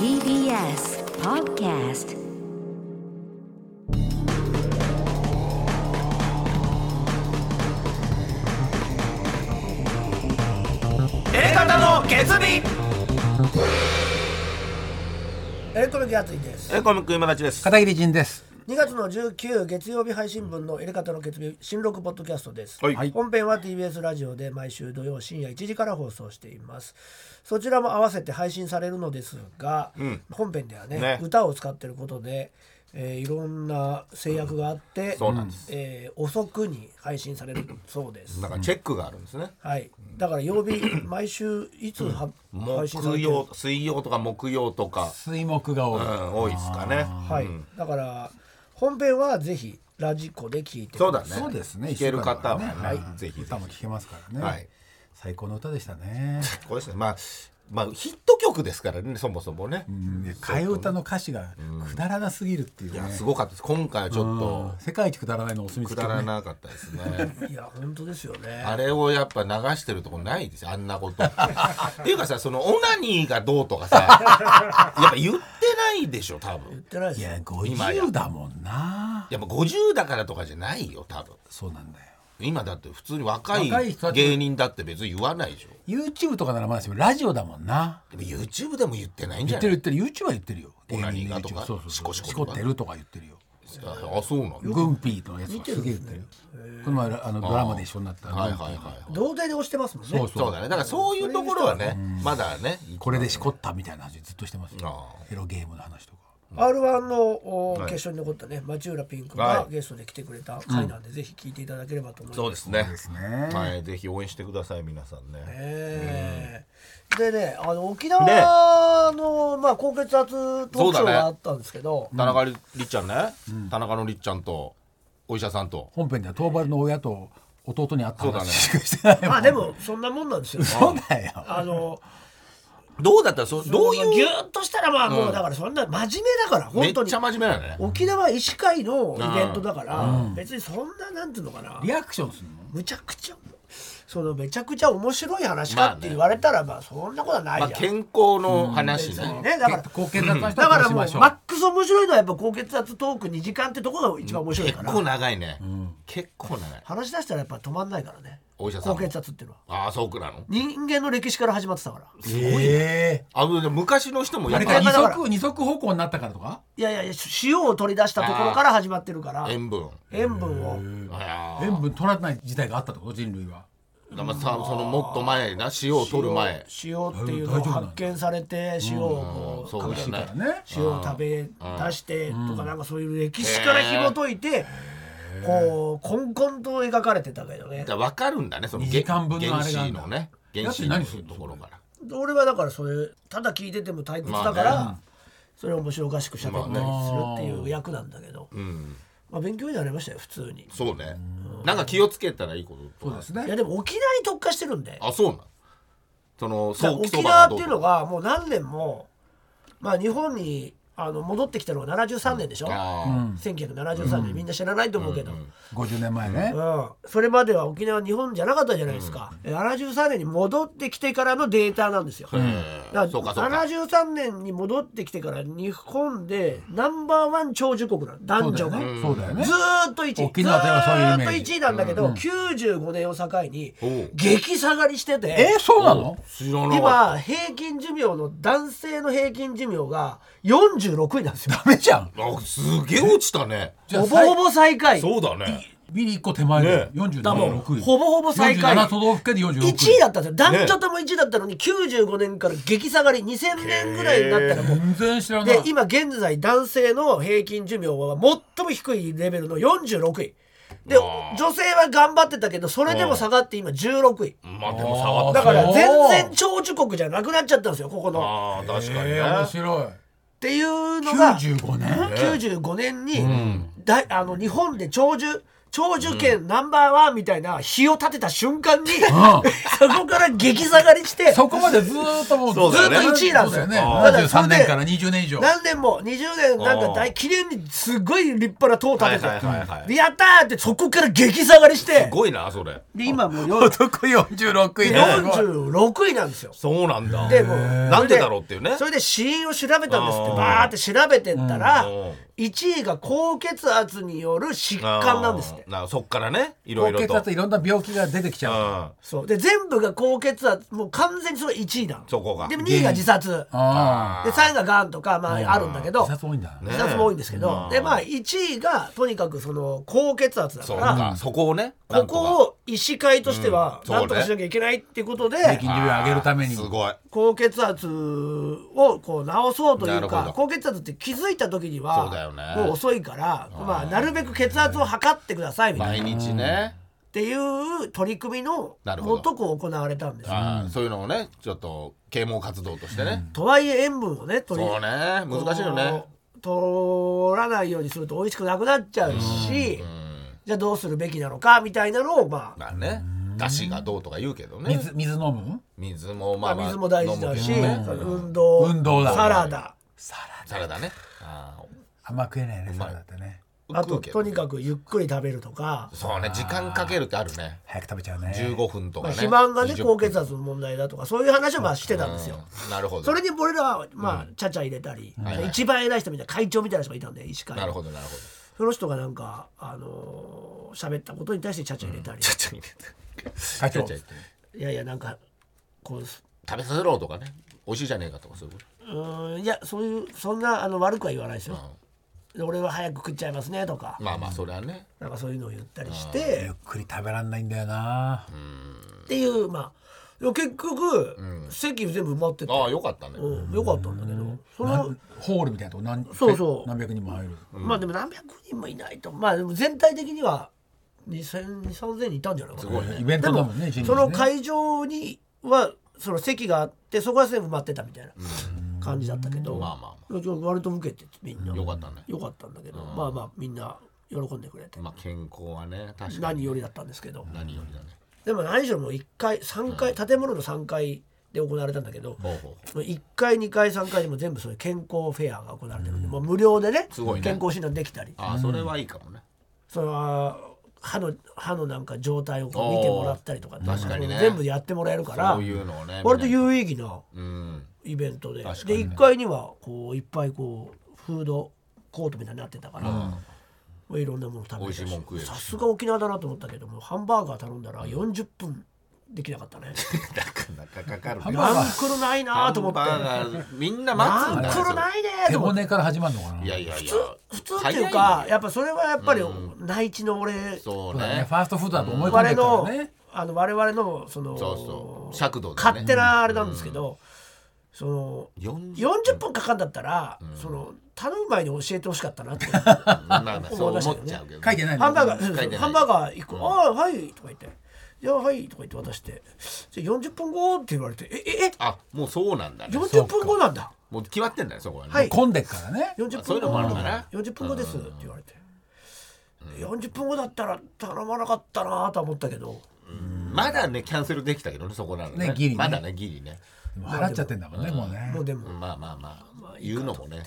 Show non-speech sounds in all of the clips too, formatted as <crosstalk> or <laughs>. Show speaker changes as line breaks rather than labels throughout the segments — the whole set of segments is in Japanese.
TBS Podcast
方の決意
エレコミギアツイです
えコミック今立ちです
片桐仁です。
2月の19月曜日配信分のエレカタの決意新録ポッドキャストです、
はいはい
本編は TBS ラジオで毎週土曜深夜1時から放送していますそちらも合わせて配信されるのですが、本編ではね
ね
歌を使ってることで、えーいろんな制約があって、
そうなんです
えー遅くに配信されるそうです、
なんかチェックがあるんですね
はい、だから
<clears throat>
曜日毎週いつは配信さ
木
れてる
曜水曜とか木曜とか、
水木が多い。
うん、多いですかね
はい、だから本編はぜひラジコで聞いて
そうだね
そうですね。
いける方はね
一週間
はいぜひぜ
歌も聴けますからね。
はい
最高の歌でしたね。
ひこれですねまあまあヒット曲ですからねそもそもね、
で替え歌の歌詞がくだらなすぎるっていう
いや
ね。
すごかったです今回はちょっと
世界一くだらないのお墨
く
付
だ
き
ら
ね。
なかったですね
いや本当ですよね
あれをやっぱ流してるとこないですよあんなこと <laughs> っていうかさそのオナニーがどうとかさやっぱ言ってないでしょ多分
言ってないです
い
よ
や、
今や
50だもんな。
やっぱ50だからとかじゃないよ多分
そうなんだよ。
今だって普通に若
若
い
い人たち
芸人だって別に言わないでしょ
YouTube とかならまだしもラジオだもんな。
でも YouTube でも言ってないんじ
言
ゃ
っ
な
て
い
る言ってる YouTube は言ってるよ。
オナニーがと
YouTube
か
そうそう
シ
そ
コ
う。
シコ
しこってるとか言ってるよ。
ああそうなの
グンピーとのやつがすげえ言ってるよ。この前あのドラマで一緒になった。
はいはいはい
童貞で押してますもんね
そう
そうだねだからそういうところはねまだね
これでしこったみたいな話ずっとしてますよ
あ。
エロゲームの話とか。
r 1のお
はい
決勝に残ったね町浦ピンク
は
が
い
ゲストで来てくれた回なんでぜひ聞いていただければと思います
そうですね
ね
はいぜひ応援してください皆さんね
ええでねあの沖縄のまあ高血圧
そ
特
うだ
徴
ね
があったんですけど
田中りりっちゃんね田中のりっちゃんとお医者さんと
本編では東原の親と弟に会った
そうだね
話しかしてないもん
まあでもそんなもんな
<laughs>
んですよ
そうだよ
あの
どうだったそうどう
ギ
い
ュ
う
ーッとしたらまあもうだからそんな真面目だから
め
本
っ
当に
ちゃ真面目だね
沖縄医師会のイベントだから別にそんななんていうのかな
リアクションするの
むちゃくちゃそのめちゃくちゃ面白い話かって言われたらまあそんなことはない
まあ
じゃん、
健康の話
別に
ね
ねだから
後継者の人
だ
は
から
こうし
も
ま
う
しょう
マックス面白いのはやっぱ高血圧トーク2時間ってとこが一番面白い
結
から、
構長いね結構長い
話し出したらやっぱ止まんないからね
お医者さん
高
も
血圧っていうのは
ああそうくなの
人間の歴史から始まってたから
ええ
あでも昔の人も
あ
やっ
れ
ぱ
か
り
二
だから
足二足歩行になったからとか
いやいやいや塩を取り出したところから始まってるから
塩分
塩分を
ああ
塩分取らない時代があったってこと人類は
だからさそのもっと前な塩を取る前
塩っていうのを発見されて塩
う
を
んそ
こ
うだ
う隠
ね
して
だね
塩を食べ出してとかなんかそういう歴史から紐解いてこうこんこんと描かれてたけどね
だから分かるんだねその
二時間分のあれがあ
原
ん
子
だ
のね原
やつ
子
に何す
の
るの
ところから
俺はだからそれただ聞いてても退屈だか
まあ
らそれを面白おかしくしゃべったりするっていう役なんだけど
うん
まあ勉強になりましたよ普通に
そうねなんか気をつけたらいいことと
そうで
か
すね
いやでも沖縄に特化してるんで
あそうなのその
だから
早期そ
沖
ば
縄
が
って
どう
いう
と
の
か
がもう何年もまあ日本にあの戻ってきたのが73年でしょ、
あ
1973年みんな知らないと思うけど、うん
50年前ね
それまでは沖縄日本じゃなかったじゃないですか、73年に戻ってきてからのデータなんですよ、
あへえ
だ
そう
か
かそう
ら
か
73年に戻ってきてから日本でナンバーワン長寿国なの男女が、
そうだよね
ず
そうだよね
ーっと1位
沖縄ではそういうイメー
ず
ジ
ーっと1位なんだけど、95年を境に
おう
激下がりしてて
えーそうなの
知らなかっ
今平均寿命の男性の平均寿命が46位なんですよ。
ダメじゃん
たあすげえ落ちたね
じゃあ
ほぼほぼ最下位。
そうだね
ビリ一個手前
ね
で47
だもん
6位
ほぼほぼ最下位
47都道府県で46
1位だったんですよ。男女とも1位だったのに95年から激下がり2000年ぐらいになったらもう。
全然知らない
で今現在男性の平均寿命は最も低いレベルの46位。で
わあ
女性は頑張ってたけどそれでも下がって今16位。
まあでも下がっ
だ
た
から
おー
全然長寿国じゃなくなっちゃったんですよここの。
ああ確かに
え
ね
ー面白い
っていうのが。
95年
95年に、だいあの日本で長寿長寿県ナンバーワンみたいな日を立てた瞬間に、 <laughs> そこから激下がりして、
そこまでずーっともう
そうだよねずっと
1位なんだよ
そう
あー
73年から20年以上
何年も20年なんか大記念にすごい立派な塔を建てて、
はいはいはいはい
でやったーってそこから激下がりして
す、ごいなそれ
で今もうよ
男46位だ
46位なんですよ。
そうなんだ
でもう
なんでだろうっていうね
それで死因を調べたんですって
あー
バーって調べてったら
うん
1位が高血圧による疾患なんですって
あーなそっからねいろ
高
いろ
血
と
圧いろんな病気が出てきち
う
ゃう
ん
そうで全部が高血圧もう完全にそれ1位なの
そこが
でも2位が自殺で
あ
3位ががんとかまああるんだけ
あ
ど
自殺多いんだ
ね
自殺も多いんですけど、
うん
でまあ1位がとにかくその高血圧だか
そう
ら
かそこをね
ここを医師会としては
うん
何とかしなきゃいけないってことで、
平均寿命上げるために
すごい
高血圧をこう治そうとい
な
う
るほ
か
ど
高血圧って気づいた時に
そうだよ
は
ね
もう遅いから、まあ、なるべく血圧を測ってくださいみたい
毎
なっ
日ね
ていう取り組みの
なるほど
もとこう行われたんですよ。
あーそういうのをねちょっと啓蒙活動としてね
とはいえ塩分をね
そう
取り
ね難しいよね
こう取らないようにすると美味しくなくなっちゃうし、じゃあどうするべきなのかみたいなのをまあ
まあねだしがどうとか言うけどね
水水飲む
水もま
ま
あ
あ
まあ
水も大事だし、
飲むけどね
運動
運動だ
サラダ
サラダねあー
あんま食えないよね
う
サ
まい
ラダってね
あと
食うけど
とにかくゆっくり食べるとか、
そうね時間かけるってあるね
早く食べちゃうね
15分とか
まあ、
ね
肥満がね
20
高血圧の問題だとかそういう話をまあしてたんですよ。
うんなるほど
それに俺らはまあちゃちゃ入れたり、
はいはい
一番偉い人みたいな会長みたいな人がいたんで医師会
なるほどなるほど
その人がなんかあのー喋ったことに対してちゃ <laughs> ちゃ入れたり、
ちょっと入れて
課長
ちょっと入れて
いやいやなんかこう
食べさせろとかね美味しいじゃねえかとかそういうこ
うーんいやそういうそんなあの悪くは言わないですよ
と、、
で俺は早く食っちゃいますねとか、
うんまあまあそれはね
なんかそういうのを言ったりし
ゆ
て
っくり食べらんないんだよな
っていうまあでも結局、席全部埋まってて、
ああよかったね、
うん、よかったんだけどそ
な
の
んホールみたいなとこ何
そうそう
何百人も入る
まあでも何百人もいないとまあでも全体的には20003000人いたんじゃないかな
イベン
で
トだ
も
もんね一日ね
その会場にはその席があってそこは全部埋まってたみたいな感じだったけど、
まあまあ
割と受けててみんな
よかったね
よかったんだけど、まあまあみんな喜んでくれて、
まあ健康はね確かに
何よりだったんですけど
何よりだね
でも何しろもう1階3階建物の3階で行われたんだけど
ほうほうほ
1階2階3階でも全部そういう健康フェアが行われてるんで、もう無料でね
すごいね
健康診断できたり
ああそれはいいかもね、
それは歯の歯のなんか状態をこう見てもらったりとか
おー確かにね
全部やってもらえるから
そういうのをね
割と
みんな
有意義な
うん
イベントで、で
確かにね
1階にはこういっぱいこうフードコートみたいになってたから、まあいろんなもの食べ
美
て
味しいもん食える
さすが沖縄だなと思ったけどもハンバーガー頼んだら40分できなかっ
<laughs>
たね
なかなかかかるね
ワンクルないなと思って
ハン
ワ
バーガーみんな待つん
ン
だよ
クル
そ
ないね
手
と思って
骨から始まるのかな
れいやいやいや
普通っていうかやっぱそれはやっぱり内地の俺、
そう
そうだね
ね
ファーストフードだと思い込ん
我
でた
々
よ
の、
ね
あの我々のその
そうそう尺度でね
勝手なあれなんですけど、その
40
40分かかんだったら、その頼む前に教えてほしかった
<laughs>
なって、
まあまあそう思っちゃうけど
書いてない
ハンバー
ガ
ガーそう
書いて
そう
ない
ハンバーガー1個「ああはい」とか言って「じゃあはい」とか言って渡して「じゃあ40分後」って言われて「えええ
あもうそうなんだね
40分後なんだ
もう決まってんだよそこはね、
はい
混んでっからね
40
そうい
分
うのもある
後
のかな
40分後です」って言われて40分後だったら頼まなかったなとは思ったけど
まだねキャンセルできたけどねそこなのね
ねギリね
まだねギリね
でも払っちゃってんだもんねもうね
もうでも
まあまあまあ言うのもね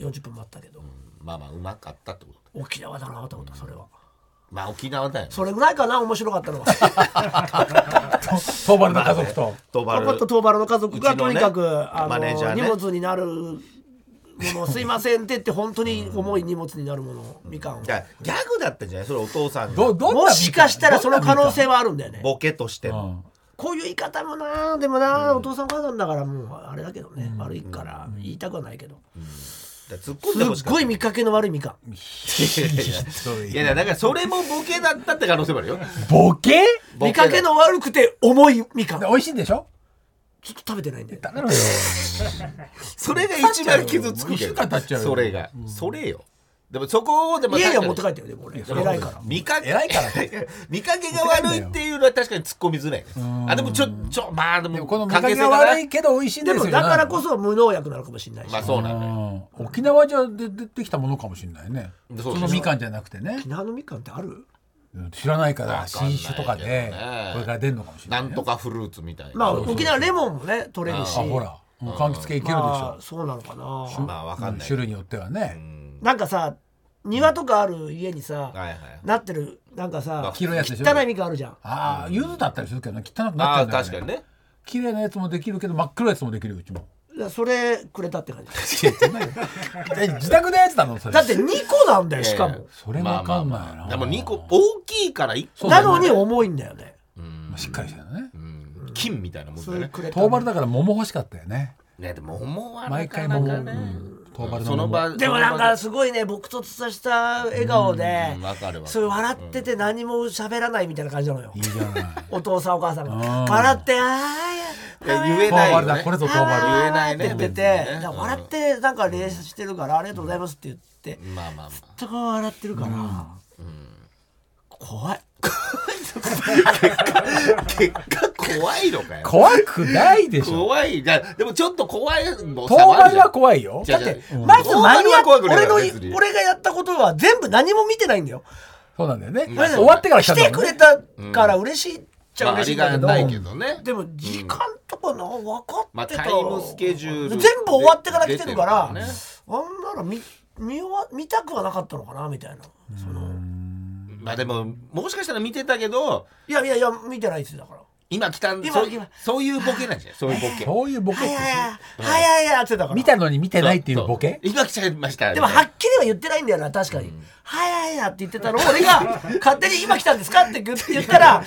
40分待ったけど
まあまあうまかったってこと
沖縄だなと思ったそれは。
まあ沖縄だよね
それぐらいかな面白かったのは。
当番の家族と
ドバ
パ
ル
パとトーバルの家族が
うちの
と
ね
にかく、あの
マネージャーね
荷物になるものすいませんって言って本当に重い荷物になるものをみかんを
い。やギャグだったんじゃないそれお父さん
ど
が
どんな
もしかしたらその可能性
は
はあるんだよね。
ボケとしての
こういう言い方もなでもな、お父さんお母さんだからもうあれだけどね、悪いから言いたくはないけど、
だから突っ込んでほし
すっ
かっ
ご
た
い見かけの悪いみかん
いやいやだからそれもボケだったって可能性もあるよ
ボケ
ボ
見
ケだ
かけの悪くて重いみかんち
で
ょっ
美味しいんでしょ
と食べてないんだよ
頼むよ
それが一番傷つくけ
一週
ど
間経っちゃうよ
それがそれよでもそこをでも
家には持
確
っ
か
て帰ったよでも俺
やそれ
偉いから
見かけ
偉いから
<laughs> 見かけが悪いっていうのは確かに突っ込みづらいねあでもちょちょまあで
で
も
もこの見
関
か
係
け
性
が
がな
悪いけど美味しいんで
です
よ
もだからこそ無農薬なのかもしれないし、
まあそうなんだよ
うん沖縄じゃででできたものかもしれないね
でそ
そ
うでしょ
のみかんじゃなくてね
沖縄のみかんってある
知らないから
わかんない
新
けどね
種とかでこれから出るのかもしれな
ない
ね、
んとかフルーツみたいな。
まあ沖縄レモンもね取れるし
あほらもう柑橘系いけるでし
まあ
ょ、
そうなのかな
まあわかんないけど。
種類によってはね、
なんかさ庭とかある家にさ、
はいはい。
なってるなんかさ
黄色いやつでしょ
汚い実があるじゃん
ああ柚子だったりするけどね汚くなっち
あ
ゃう
あ
んだよ、
確
ね、
かにね。
綺麗なやつもできるけど真っ黒いやつもできるようちも
いやそれくれたって感
<laughs>
じ
いやそんなよえ自宅のやつなのそれ
だって2個なんだよしかも、
それわかんない
まあ
な
まあまあでも二個大きいから一個
そうだ
な
よね
のに重いんだよね
まあしっかりしてるね
うん金みたいなもん
そ
だ
れ
ね。
くれた
遠バルだから桃欲しかったよね
ねでも桃はな
毎
か
回
な
桃、
か
う
ね。
ん、遠バル
そ
の桃
の場
でもなんかすごいね撲突とした笑顔で
うんわかるわ
そういう笑ってて何も喋らないみたいな感じなのよ
いいじゃない
お父さんお母さんが
うん
笑ってあーや
いや言え
遠
ない
バルだこれぞ遠
あ
バ
ー
言えないね
って言って
別
て
にね
だから笑ってなんか礼してるからありがとうございますって言ってずっ
まあまあま
とこう笑ってるから怖い
あ。結果怖いのかよ。
ル怖くないでしょ
怖い。じゃあでもちょっと怖いの
遠
さあ
バ
る
ル
じゃん
は怖いよ
じゃあ
だって
じゃあ
<laughs> まず
うん
間に合っ
大谷は怖くない
俺の
別に
俺がやったことは全部何も見てないんだよ
そうなんだよね、
まあ
終わってから来た
来
んだ
て
よ、ね、
くれたから嬉しいっちゃ
まああ
嬉し
り
いんだけ
が
ど
たいけどね。
でも時間とかな分か
ま
っ
あ
てた
タ
ら
イムスケジュール
全部終わってから来てるからあん
出て
な
るからね
ら見見終わ見たくはなかったのかなみたいなその
まあでももしかしたら見てたけど
いやいやいや見てないですよだから
今来たん
今
そう
今
そういうボケなんじゃないそういうボケ。
そういうボケっ
「
て
はいはいはいはいはい」やってたから
見たのに見てないっていうボケ
そう今来ちゃいました
でもはっきりは言ってないんだよな確かに「はいはいはい」って言ってたのを俺が「勝手に今来たんですか?」って言ったら「はいはい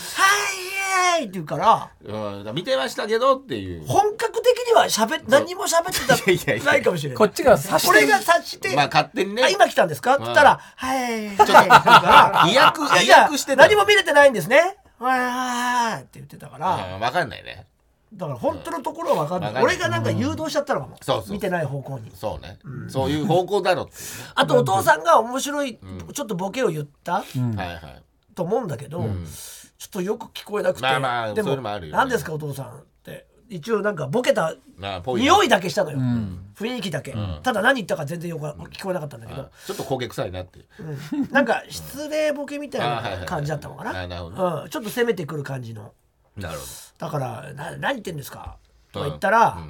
はい」って言うから
うん、見てましたけどっていう
本格的には喋っ何も喋
いやいや
って
い
た
や
ないかもしれない
こっちが察して
これが察して、
まあ勝手にね
あ今来たんですかって言った
うん
ら、はい、ちょっ
<laughs>
と、から
威訳
いやいや
威訳してた
何も見れてないんですね。はいはいはいって言ってたから、
うん分かんないね
だから本当のところは分かんない。
うん
俺がなんか誘導しちゃったのかも。
そうそうそう
見てない方向に。
そうね、そういう方向だろっていう
あとお父さんが面白い、ちょっとボケを言った
ね、はいはい
と思うんだけど、ちょっとよく聞こえなくて、
まあまあ
で
そ
も
ういうのもあるよね
何ですかお父さんって。一応なんかボケた
まあぽいな
匂いだけしたのよ、雰囲気だけ、ただ何言ったか全然よく聞こえなかったんだけど、
ちょっと焦げ臭いなっていう
なんか失礼ボケみた
あーはい
い
はいは
ない感じだったのか
あーなるほ
なうんちょっと攻めてくる感じの
なるほ
だから「な何言ってんですか?」とか
うん
言ったら「は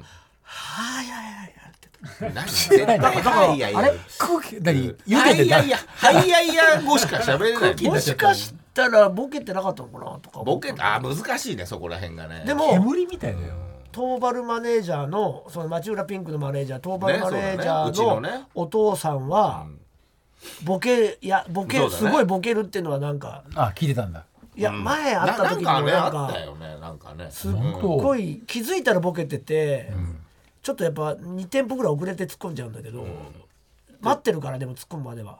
いはいはいはい」って言って
ど何絶対はいやいや
あれ空気何湯
は
気で
い
だ
やいやはいやいや語しか喋れない
気にな
も
っち
し
ゃった
かしたらボケてなかったのかなとか思
ボ
った
ケあ難しいねそこら辺がね
でも
煙みたいだよ
トーバルマネージャーのその町浦ピンクのマネージャートーバルマネージ
ねそうだねう
ャー
ちの
の
ね
お父さんはボケいやボ
そ
ケ
うだね
すごいボケるっていうのはなんか
あ聞いてたんだ
いや前会った時に
ななんか
も
ね
な
あ
ん
っ
か
たよねなんかね
すっごい気づいたらボケてて、ちょっとやっぱ2店舗ぐらい遅れて突っ込んじゃうんだけど、待ってるからでも突っ込むま
<laughs>
では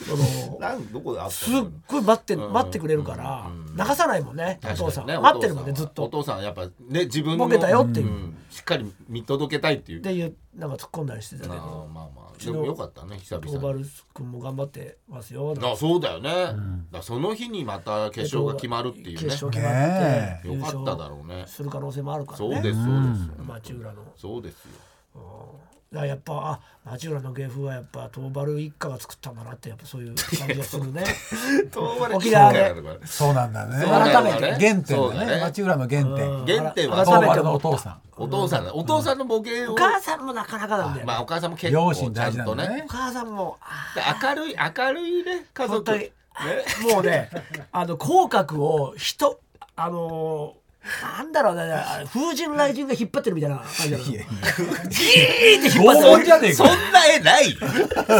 その
なんどこであった
すっごい待って待ってくれるから、流さないもんねお父さん、待ってるもんねずっ
お
と。
父さんはやっぱね自分の
ボケたよっていうん
しっかり見届けたいっていう
でいうなんか突っ込んだりしてたけ
あ
ど
ーまあまあ
ちの
でもよかったね久
トーバ
々に
ル君も頑張ってますよ
あそうだよね、だからその日にまた決勝が決まるっていうね
決勝決まって
ね
優
よか
勝
っただろうね
する可能性もあるから
そう
ね
ですそうです、
町浦の
そうですよ
だからやっぱあ町浦の芸風はやっぱ東原一家が作ったんだなってやっぱそういう感じがす
<laughs>
るね沖縄で
そうなんだね
そうなんだね
改めて原点
そう
だ
だ
ね
ね
町浦の原点
原点は
あ
ト
そ
改
う
ー
め
バ
て
ルのお父さん
お父さんだお父さんのボケを、
お母さんもなかなかなんだよ、ね
まあお母さんも結
両
構
親
ち
大
ゃん
事なん
と
だ
ね
ね
お母さんもあ
で明るい明るいね家
本
族
当に、
ね
もうねあの口角を人あのーなんだろうねあ風神雷神が引っ張ってるみたいな感じだない
やいや
そ
拷問じゃねえ
そ
か
んな絵ない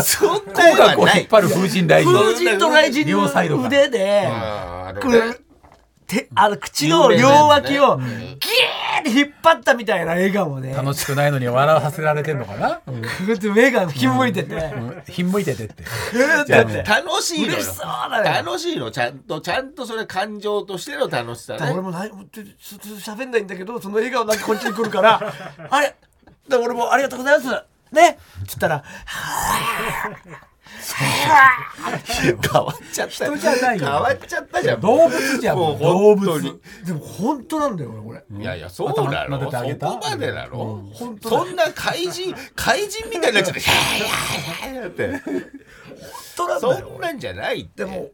そんな絵
音
は
楽を
な
引っ
い
張る風神大臣
風神と雷神
両サイド
の
から
腕で、
あーあの
こ
ね
れてあの口の両脇をギーって引っ張ったみたいな笑顔をね
楽しくないのに笑わさせられてんのかな
こうやって目がひんむいてて、
うんひんむいててって
ぐーってやって。
楽しいのよ
嬉しそうだね
楽しいのちゃんとちゃんとそれ感情としての楽しさ
だから俺
ね
もないもうちょっとちょっと喋んないんだけどその笑顔なんかこっちに来るから <laughs> あれだから俺も「ありがとうございます」ねっつったら <laughs>
変わっちゃった
人じゃないよ
変わっちゃったじゃん
動物じゃんもう動
もう本当
物
に
でも本当なんだよ俺これ
いやいやそうだろ
頭撫でてあげ
そ
た
こまでだろ
本当だ
そんな怪人怪人みたいになっちゃって「いやいやいやいや」って
本当なんだ
そ
よ
んなんじゃないって
でも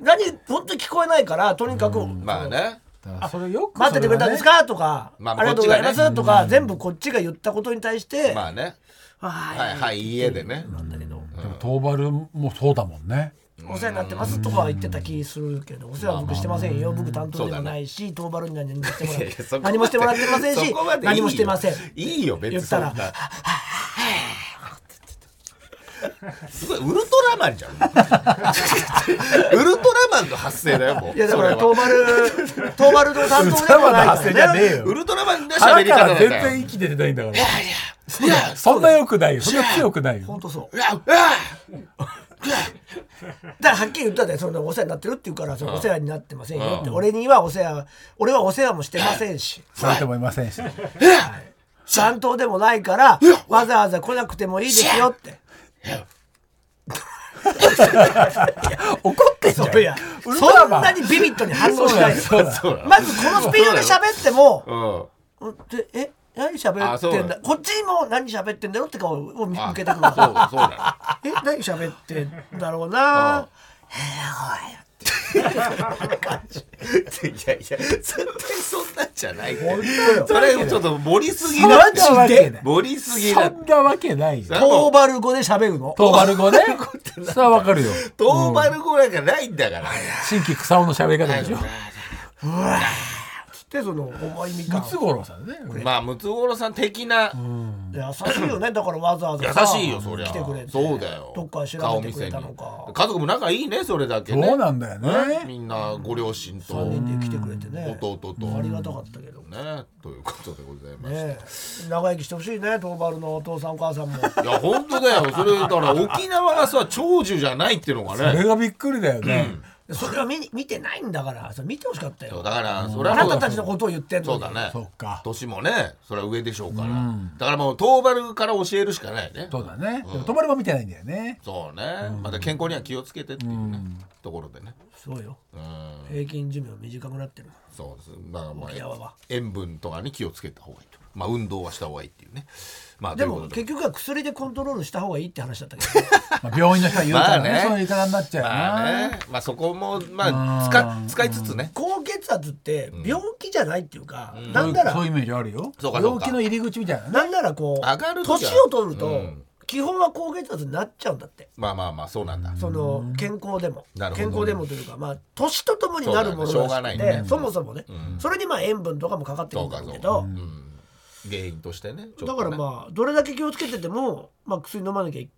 何本当に聞こえないからとにかく
まあね
だからそれよく
待っててくれたんですかとか、
まあまあ
ありがとうございま
こっちが
すとか、全部こっちが言ったことに対して、
まあね
はい
はいはい家でね
なんだけど、
でもトーバルもそうだもんね
お世話になってますとかは言ってた気するけど、お世話は僕してませんよ、僕担当でもないし、当番組に何もしてもらっ
いやいやそ
て
こまで
何もしてもらってません
そこま
し
でいいよいい
何もしてません。
よ別に
言ったら
そんなすごいウルトラマ
<laughs>
ンじゃんウルトラマンの発生だよもう
いやだから
それは
当番当番の担当でもないからね。
ウルトラマンの喋
腹
り
か
方だ
ら
よ
全然生きて出ないんだから
いや
そんな良くないよそんな強くないよ
本当そう。
うわうわ
だからはっきり言ったでそのお世話になってるって言うからそのお世話になってませんよって、
う
俺にはお世話俺はお世話もしてません
<coughs>
し
それともいませんし
担当でもないからわざわざ来なくてもいいですよって
怒ってんじゃん
そういや
ウルトラ
そん
マン
なにビビッドに反応しないです
そうだそう
だ
まずこのスピードで喋っても
うん
でえ何喋ってん
あそうだ
だこっちにも何喋ってんだろうって顔を見
あ
向けてくる
そうそうだよ
え何喋ってんだろうな
っていやいや絶対そんなんじゃないって
本当よ
それちょっと盛りすぎ
マ
だっ
ジ
て
で
盛りすぎだ
そ
って
んなわけないよ
あの
トーバル語で喋るの
トーバル語ねそれはわかるよ
トーバル語なんかないんだから
新規草尾の喋り方でしょ
つってその思いみか
ム
ん
ツゴロウさんね
まあムツゴロウさん的な
優しいよねだからわざわざ
優
さ
しいよそりゃ
来てくれて
そうだよ
どっか調べてくれたの
顔見せに
か
家族も仲いいねそれだけね
そうなんだよね
みんなご両親と
3人で来てくれてね
弟と
ありがたかったけどね
ねということでございました
え長生きしてほしいねトーバルのお父さんお母さんも
いや本当だよそれだから沖縄がさ長寿じゃないっていうのが
それ
ね
がびっくりだよね
それは見に見てないんだからそれ見てほしかった
そう
よ
だからそれ
あ
は
な
そう
たたちのことを言ってん
そ
のに
うだね
そっか
年もねそれは上でしょうから、だからもうトーバルから教えるしかないね
そうだねでもトーバルも見てないんだよね
そうね、また健康には気をつけてっていうね、ところでね
そうよ
うん
平均寿命短くなってるから
そうですだからま
沖縄
あ
は
塩分とかに気をつけた方がいいとまあ運動はした方がいいっていうねまあ
で
とい
も
うこと
結局は薬でコントロールした方がいいって話だっ
<laughs>
たけどね
まあ病院の人が言うから
まあね
ねその言い方になっちゃうよ
まあ
な
ねまあそこもまあ使使いつつね
高血圧って病気じゃないっていうか、な
そうんいう
なら
そういうイメージあるよ
そうかそう
病
か
気の入り口みたいなね
なんならこ
上がる
う
時は
年を取る
う
と
ん
基本は高血圧になっちゃうんだって
まあまあまあそうなんだ、
その健康でも
なるほど
健康でもというかまあ年とともになるも
そうだね
の
しょうが
ら
な
し
い
く
ね
てそもそもねそれにまあ塩分とかもかかってくるんだけど
うん、原因としてねちょっ
だ
と
から
ね
まあどれだけ気をつけててもまあ薬飲まなき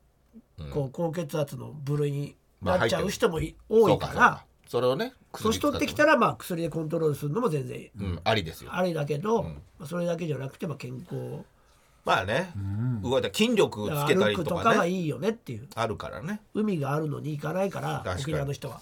ゃこう高血圧の部類になっちゃう人もい多
そ
いう
か
か
そう
ら
かそれをね薬
年取ってき
使
たらまあ薬でコントロールするのも全然
もうんありですよ
ありだけどまあそれだけじゃなくてまあ健康
まあね、動いた筋力をつけたり
歩
と
くと
か
か
ね
がいいよねっていう
あるからね
海があるのに行かないから
かに
沖縄の人は。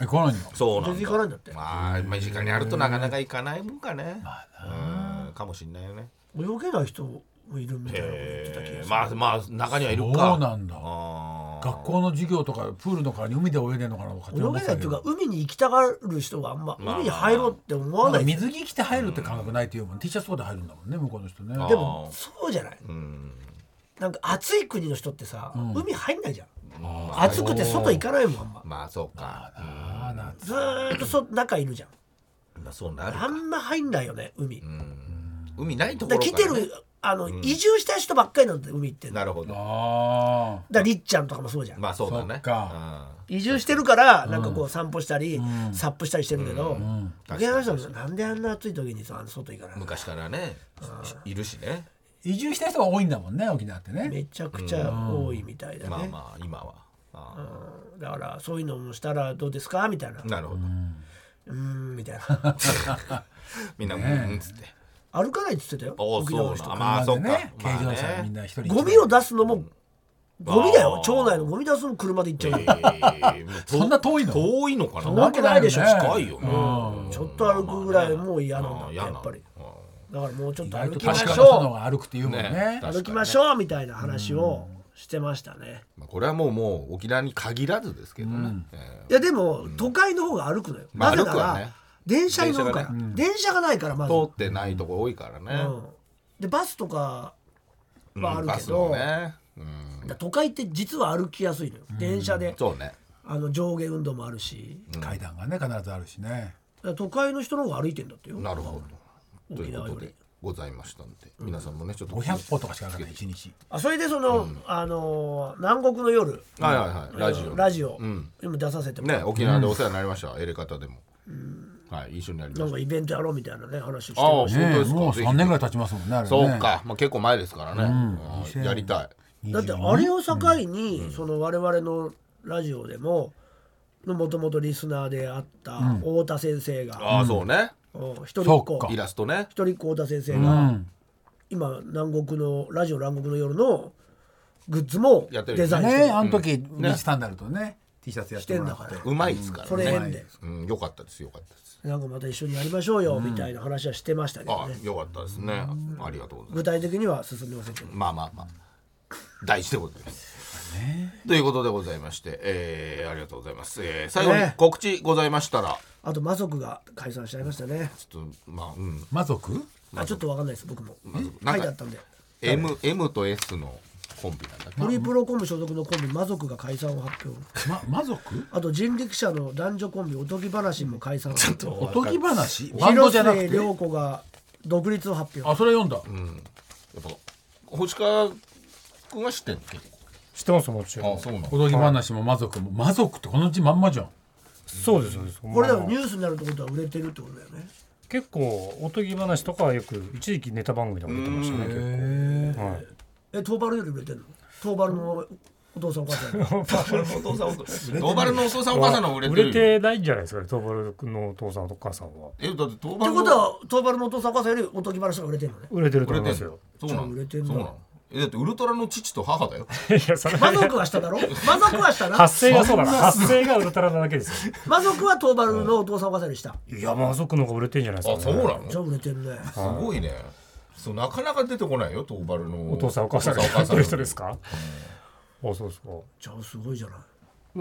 え来ないの
そう
全然行かないんだって
まあ身近にあるとなかなか行かないもんかね、うんかもしんないよね
泳げない人もいるみたいなこと言ってた気がする、
まあまあ中にはいるか
そうなんだ
あー
学校の授業とかプールとかに海で泳いでんのかなとか
泳げないっていうか海に行きたがる人はあんま海に入ろうって思わ
なん
な
か
い、
水着着て入るって感覚ないっていうもん T シャツとかで入るんだもんね向こうの人ね
あー
で
で
も
もそうじゃない
うん
なんか暑い国の人ってさ、海入んないじゃん
まあ
暑くて外行かないもんあんま
まあそうか、うん
あーな
ずーっとそ中いるじゃん
まあそうなる
あ
か
んま入んないよね海、
海ないとこ
だ
ろ
から
から、
来
ね、
てるあの、移住した人ばっかりなんで海行ってんのだ
なるほど
あ
からりっちゃんとかもそうじゃん、
まあそうだね
そっか
移住してるからなんかこう散歩したり、サップしたりしてるけど、沖縄の人もなんであんな暑い時にさあの外行かな
うん
い
昔からねいるしね
ー移住した人が多いんだもんね沖縄ってね
めちゃくちゃ多いみたいだね、
まあまあ今はあ
だからそういうのもしたらどうですかみたいな
ーなるほど、
うーんみた
<laughs>
いな
みんなうんっつって
歩かないって言ってたよ
おお
沖縄
そ
の
う
人
なまあそうか、
ね軽
まあ
自動車でみん
ね
な一人一台
ゴミを出すのもゴミだよ
あー
町内のゴミ出すのも車で行っちゃうよ、
えー
そんな遠いの
遠いのかな
わけないでしょ
近いよね、
ちょっと歩くぐらいもう嫌なんだ
あ
っ
ー
て
嫌な
やっ
の
ぱり
うん
だからもうちょっと
割
歩
と
きま
確かな
し
人の方
ょ
が歩くっていうもんね
ね
う
確かに
歩きましょうみたいな話をしてましたね
まあ、これはもうもう沖縄に限らずですけどね、え
いやでも都会の方が歩くのよ、
まあ
なぜな
歩くわ
ら、
ね
電車に乗るから
電車が
電車,、がないからまず、
ー通ってないとこ多いからね、
うんでバスとか
うん
はある
バ
け
ス
ど、
もね、うん、
だから都会って実は歩きやすいのよ電車で
そうね
あの上下運動もあるし
階段がね必ずあるしね
だから都会の人の方が歩いてんだってよ
なるほど。と
沖
いうこ
縄より
とでございましたんで、皆さんもねちょっと
500歩とかしか歩かない一日
あそれでその、あのー南国の夜
はいはいはいラジオ
ラジオ、今出させてもら
ね沖縄でお世話になりました、エレカタでも、はい一緒にやり
う、
ま
なん
し
かイベントやろうみたいなね話して
たああ
ま
本
し
当
ね
で
え
すか、
もう
ぜひ
3年ぐらい経ちますもんねあれね
そうか、まあ、結構前ですからね、うんやりたい
ただってあれを境に、その我々のラジオでももともとリスナーであった太田先生
あ
が、
あそうね、
うん一人っ子
そっか
イラストね
一人っ子太田先生が、今南国のラジオ南国の夜のグッズも
やってる
デザインして
ね
る
えあの時ビーチサンダルとね T シャツやってもら
してん
っ
だ
て
か
うまいですからね
それ縁で
うん、よかったですよかったです
なんかまた一緒にやりましょうよみたいな話はしてましたけ
あ
どね
あよかったですね、ありがとうございます
具体的には進んでませんけど
まあまあまあ大事でございます。ということでございまして、えーありがとうございます、えー最後に
ね
告知ございましたら、
あと魔族が解散しちゃいましたね
ちょっとまあうん
魔族
あちょっとわかんないです僕も書い
なんか
てあったんで
M M と S のコンビなんだっけ
ホリプロコム所属のコンビ魔族が解散を発表
ま魔族
あと人力車の男女コンビおとぎ話も解散発表
<laughs> おとぎ話バンド
広
じゃな
末
くて
涼子が独立を発表
あそれ読んだ
やっぱ星川君は知ってんの結構
知ってますもちろん
あそうなの
おとぎ話も魔族も魔族ってこの字まんまじゃん
そうですそうです
これだ
ま
から
あ
ニュースになるってことは売れてるってことだよね
結構おとぎ話とかはよく一時期ネタ番組でも出てましたね結構はい
えトーバルより売れてるのトーバルのお父さんお母さんより
ノーバルのお父さんお母さんの方が売れてるよ
ないんじゃないですかねトーバル君のお父さんとお母さんは
えだって当
とい
番
うことはトーバルのお父さんお母さんよりおとぎ話が売れてるの
<laughs>
ね
売れてると
売れ
思いま
て
す
る
よ
よそうなの
売れてんな
そうなのえだってウルトラの父と母だよ
いやそれ
魔族は下だろ魔族は下な
発生がそうだな発生がウルトラなだけですよ
魔族はトーバルのお父さんお母さんより下
いや魔族の方が売れてんじゃないですか
あ
ね
そうな
<laughs>
の
じゃあ売れてるね
すごいねそうなかなか出てこないよ東原の
お父さんお母さんが
お
や
母
っ
さ
て
ん
る人ですかあそうですか
じゃあすごいじゃな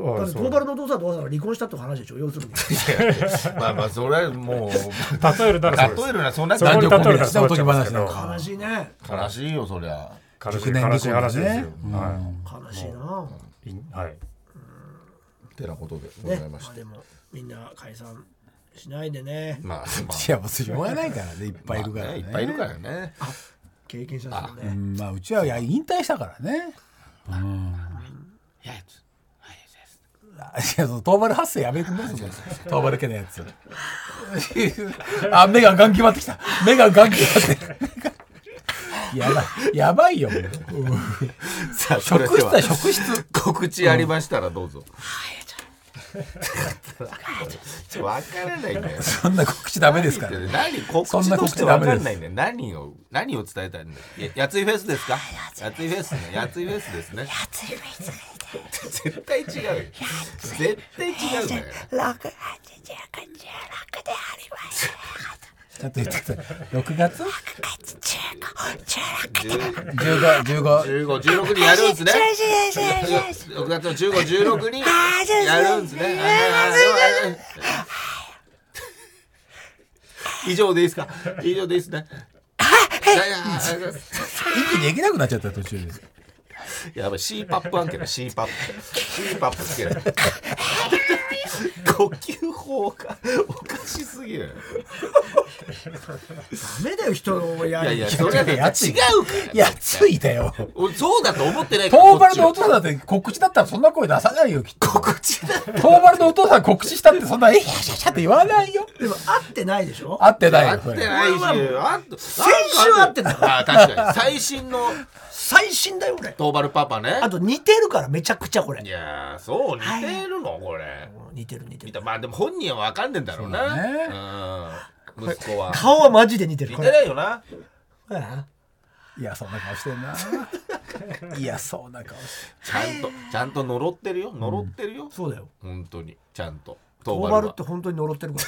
いだ
あ
ってト
そ
ー
う
バルのお父さんとお母さんが離婚したって話でしょ要するに
<laughs> まあまあそれは
<laughs>
もう
例えるならそうです
例えるなそんな
そこ
感じ
に
男
例える
女
ならそうなっちゃいますけど
おとぎ話な
悲しいね
悲しいよそりゃ
悲しい
熟年離婚
悲しい話ですよ、
ね
は
悲しいな、
いいはい
てなことでござ
ね
いまし
まあ
て
でもみんな解散しないでね
まあまあ
いやもうしょうがないからねいっぱいいるから
ね
ね
いっぱいいるからね
経験者ですよ
う
ね
んまあうちはいや引退したからね
いや
あいやそのトーバル発声やめてくんないそのトーバル家のやつあ目がガン決まってきた目がガン決まってるやばいやばいよもう
さあそれ
職
で
質だ
は
職質
告知ありましたらどうぞ <laughs> ちょわからないんだよ
そんな告知ダメですからね
何告
そん
知
な
と
告
して
知
わ
ダ
か
メです
んないんだよ何を何を伝えたいんだよややついフェスですかやついフェスねやついフェスですねやついフェス絶対違うよ絶対違うんだよ
ちょっと言ってください6月
15
15 15
15にやるんですね6月の1516にやるんですねああ以上でいいですか以上でいいですねいやいやありがとうございます
息できなくなっちゃった途中で
やばい C パップ案件だ C パップ C パップつけない呼吸法がおかしすぎる
ダメだよ人の親
いやい
に
やそれは違うから
やついだよ
俺そうだと思ってない
ト
から
ーバルの
こ
お
っち
父さんだって告知だったらそんな声出さないよきっと
は告知だ
トーバルのお父さん告知したってそんな「え <laughs> いやいやいや」って言わないよ
でも会ってないでしょ
合ってない
合
よ
っ
そ
て
れ
ないし
俺
あん
先週会ってんだ
あ確かに最新の
最新だよ俺
トーバルパパね
あと似てるからめちゃくちゃこれ
いやーそう似てるのこれ
似てる似て
見
る
たまあでも本人は分かんねえんだろう
そうだ
なうん息子は
顔はマジで似てる
似
こ
て
れ
ないよない
やそんな顔してんな <laughs> いやそうな顔して
ちゃんとちゃんと呪ってるよ呪ってるよ
そうだよ
本当にちゃんと
ト
ト
ーバルって本当に呪ってるか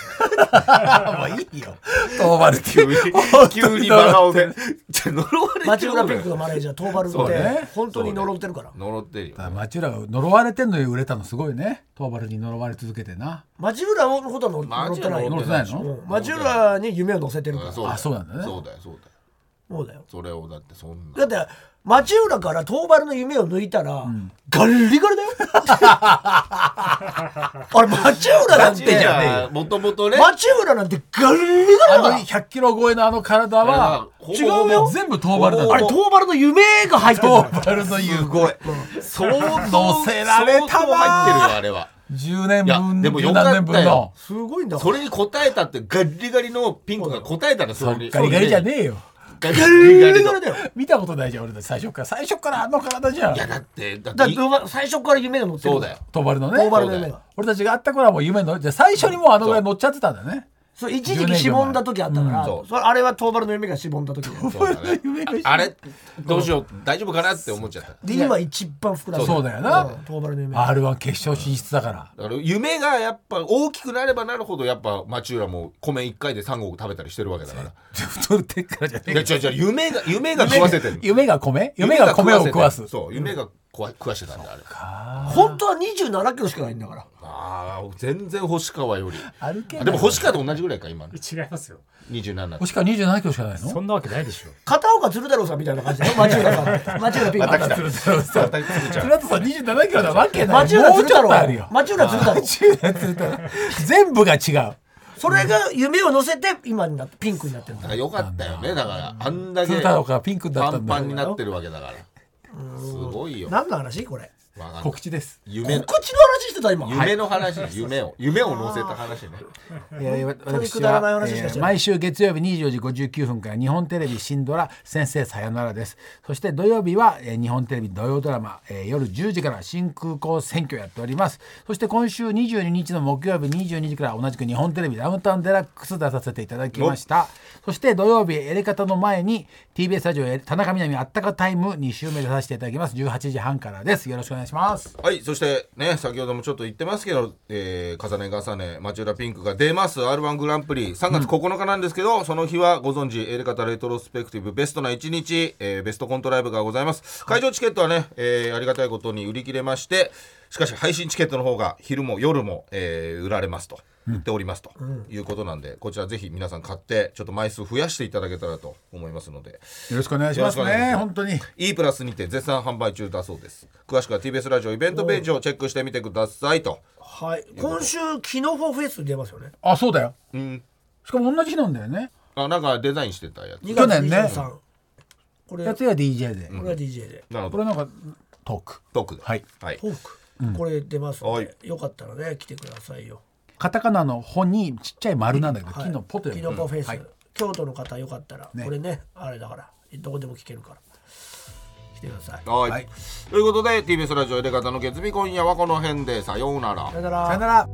ら
あもういいよトーバルって
急に
いう
急に真顔でじゃあ呪われてる
<laughs> 町浦ピンクのマネージャートーバル
そう
っ
ね
て本当に呪ってるから
呪ってるよ
町浦が呪われてんのに売れたのすごいねトーバルに呪われ続けてな
町浦のことは呪ってない
乗
よ
ってないの
町浦に夢を乗せてるか
あ
ら
そうだよ
あそうなんだね
そうだよそうだよ
そうだよ
それをだってそんな
だって町浦から東原の夢を抜いたら、ガッリガリだよあれ町浦なんて
じゃあもともとね
町浦なんてガッリガ
あ
リだ
の
から
100キロ超えのあの体は
ほぼ
違うよ全部遠原だ
ほぼ
あれ東原の夢が入ってるんだよ
遠原の言う
ごい相当
乗せられたな
相当入ってるよあれは
10年
いや
分
でも
十
よかったよ
何年分の
すごいんだ
それに答えたってガリガリのピンクが答えたのそれに
ガリガリじゃねえよ
ガリガリの
だよ
見たことないじゃん俺たち最初から最初からあの体じゃん
いやだってだって
だって最初から夢が乗ってる
そうだよ
遠原のね
東原の夢
そうだ
が
俺たちが会った頃はもう夢のじゃあ最初にもうあのぐらい乗っちゃってたんだね
そう一時期しぼんだ時あったから、
んそう
それあれは東原の夢がしぼんだ時だよ
そうだね
夢が
ああれどうしよう大丈夫かなって思っちゃった
で今一番膨らむ
そうだよな
うん東原の夢
R1 決勝進出だ
<laughs>
から
だから夢がやっぱ大きくなればなるほどやっぱ町浦も米一回で3合食べたりしてるわけだから
太ってっからじゃねえ
いや違う違う夢が夢が食わせてるの
夢が米 <laughs> 夢が米を食わ
て
す
るそう夢が食わ食わしてたんだあれ
本当は2 7キロしかないんだから
あー全然星川より
歩けない
でも星川と同じぐらいか今の
違いますよ。
27
星川27キロしかないの
そんなわけないでしょ。
片岡鶴太郎さんみたいな感 <laughs> じだよ町浦さん町浦ピンク
また来たまた来ちゃう
鶴田さん27キロなわけない
町浦
もう
鶴
ちょ
太
っとある
郎
よ
町浦鶴太郎
町 <laughs> 浦鶴太郎全部が違う
それが夢を乗せて今になってピンクになってるん
だ
だ
からよかったよねだからあんだけ
鶴太郎がピンクだっ
パ
た
ン
ん
パ
だ
ンになってるわけだからすごいよ
何の話これ
わかんない
告知です
夢
告
の
知の話してた今
夢の <laughs> 話夢を夢を乗せた話ね
当にくだらない話しかしてない
毎週月曜日24時59分から日本テレビ新ドラ「先生さよなら」ですそして土曜日は、えー日本テレビ土曜ドラマ、えー夜10時から新空港選挙やっておりますそして今週22日の木曜日22時から同じく日本テレビダウンタウンデラックス出させていただきましたそして土曜日エレカタの前に TBS ラジオえ田中みな実あったかタイム2週目出させていただきます18時半からですよろしくお願いします
はいそしてね先ほどもちょっと言ってますけど、えー、重ね重ね町浦ピンクが出ます r 1グランプリ3月9日なんですけど、その日はご存知エレカタレトロスペクティブベストな一日、えーベストコントライブがございます会場チケットはね、えーありがたいことに売り切れましてしかし配信チケットの方が昼も夜も、えー売られますと言っておりますということなんで、こちらぜひ皆さん買ってちょっと枚数増やしていただけたらと思いますので
よろしくお願いし
ま
ますす
ね
ね本当に
E プラスにて絶賛販売中だそうです詳しくは TBS ラジオイベントページをチェックしてみてくださいと
はい今週キノフォフェス出ますよね
あそうだよ
うん
しかも同じ日なんだよね
あなんかデザインしてたやつ
2
去
月
年ね
23これ
や
こ
つが DJ で、
れは DJ で
なるほ
こ
ど
れなんかトーク
トークでは
はい、
はい
ト、ークこれ出ますん
はい
でよかったらね来てくださいよ
カタカナの「ほ」にちっちゃい丸なんだけど、木のポと
キ
いう
ノポフェス、
はい
京都の方よかったら、
ね
これねあれだからどこでも聞けるから来てくださいさ
はい
はい
ということで TBS ラジオエレガタの月日今夜はこの辺でさようなら
よなら
さよなら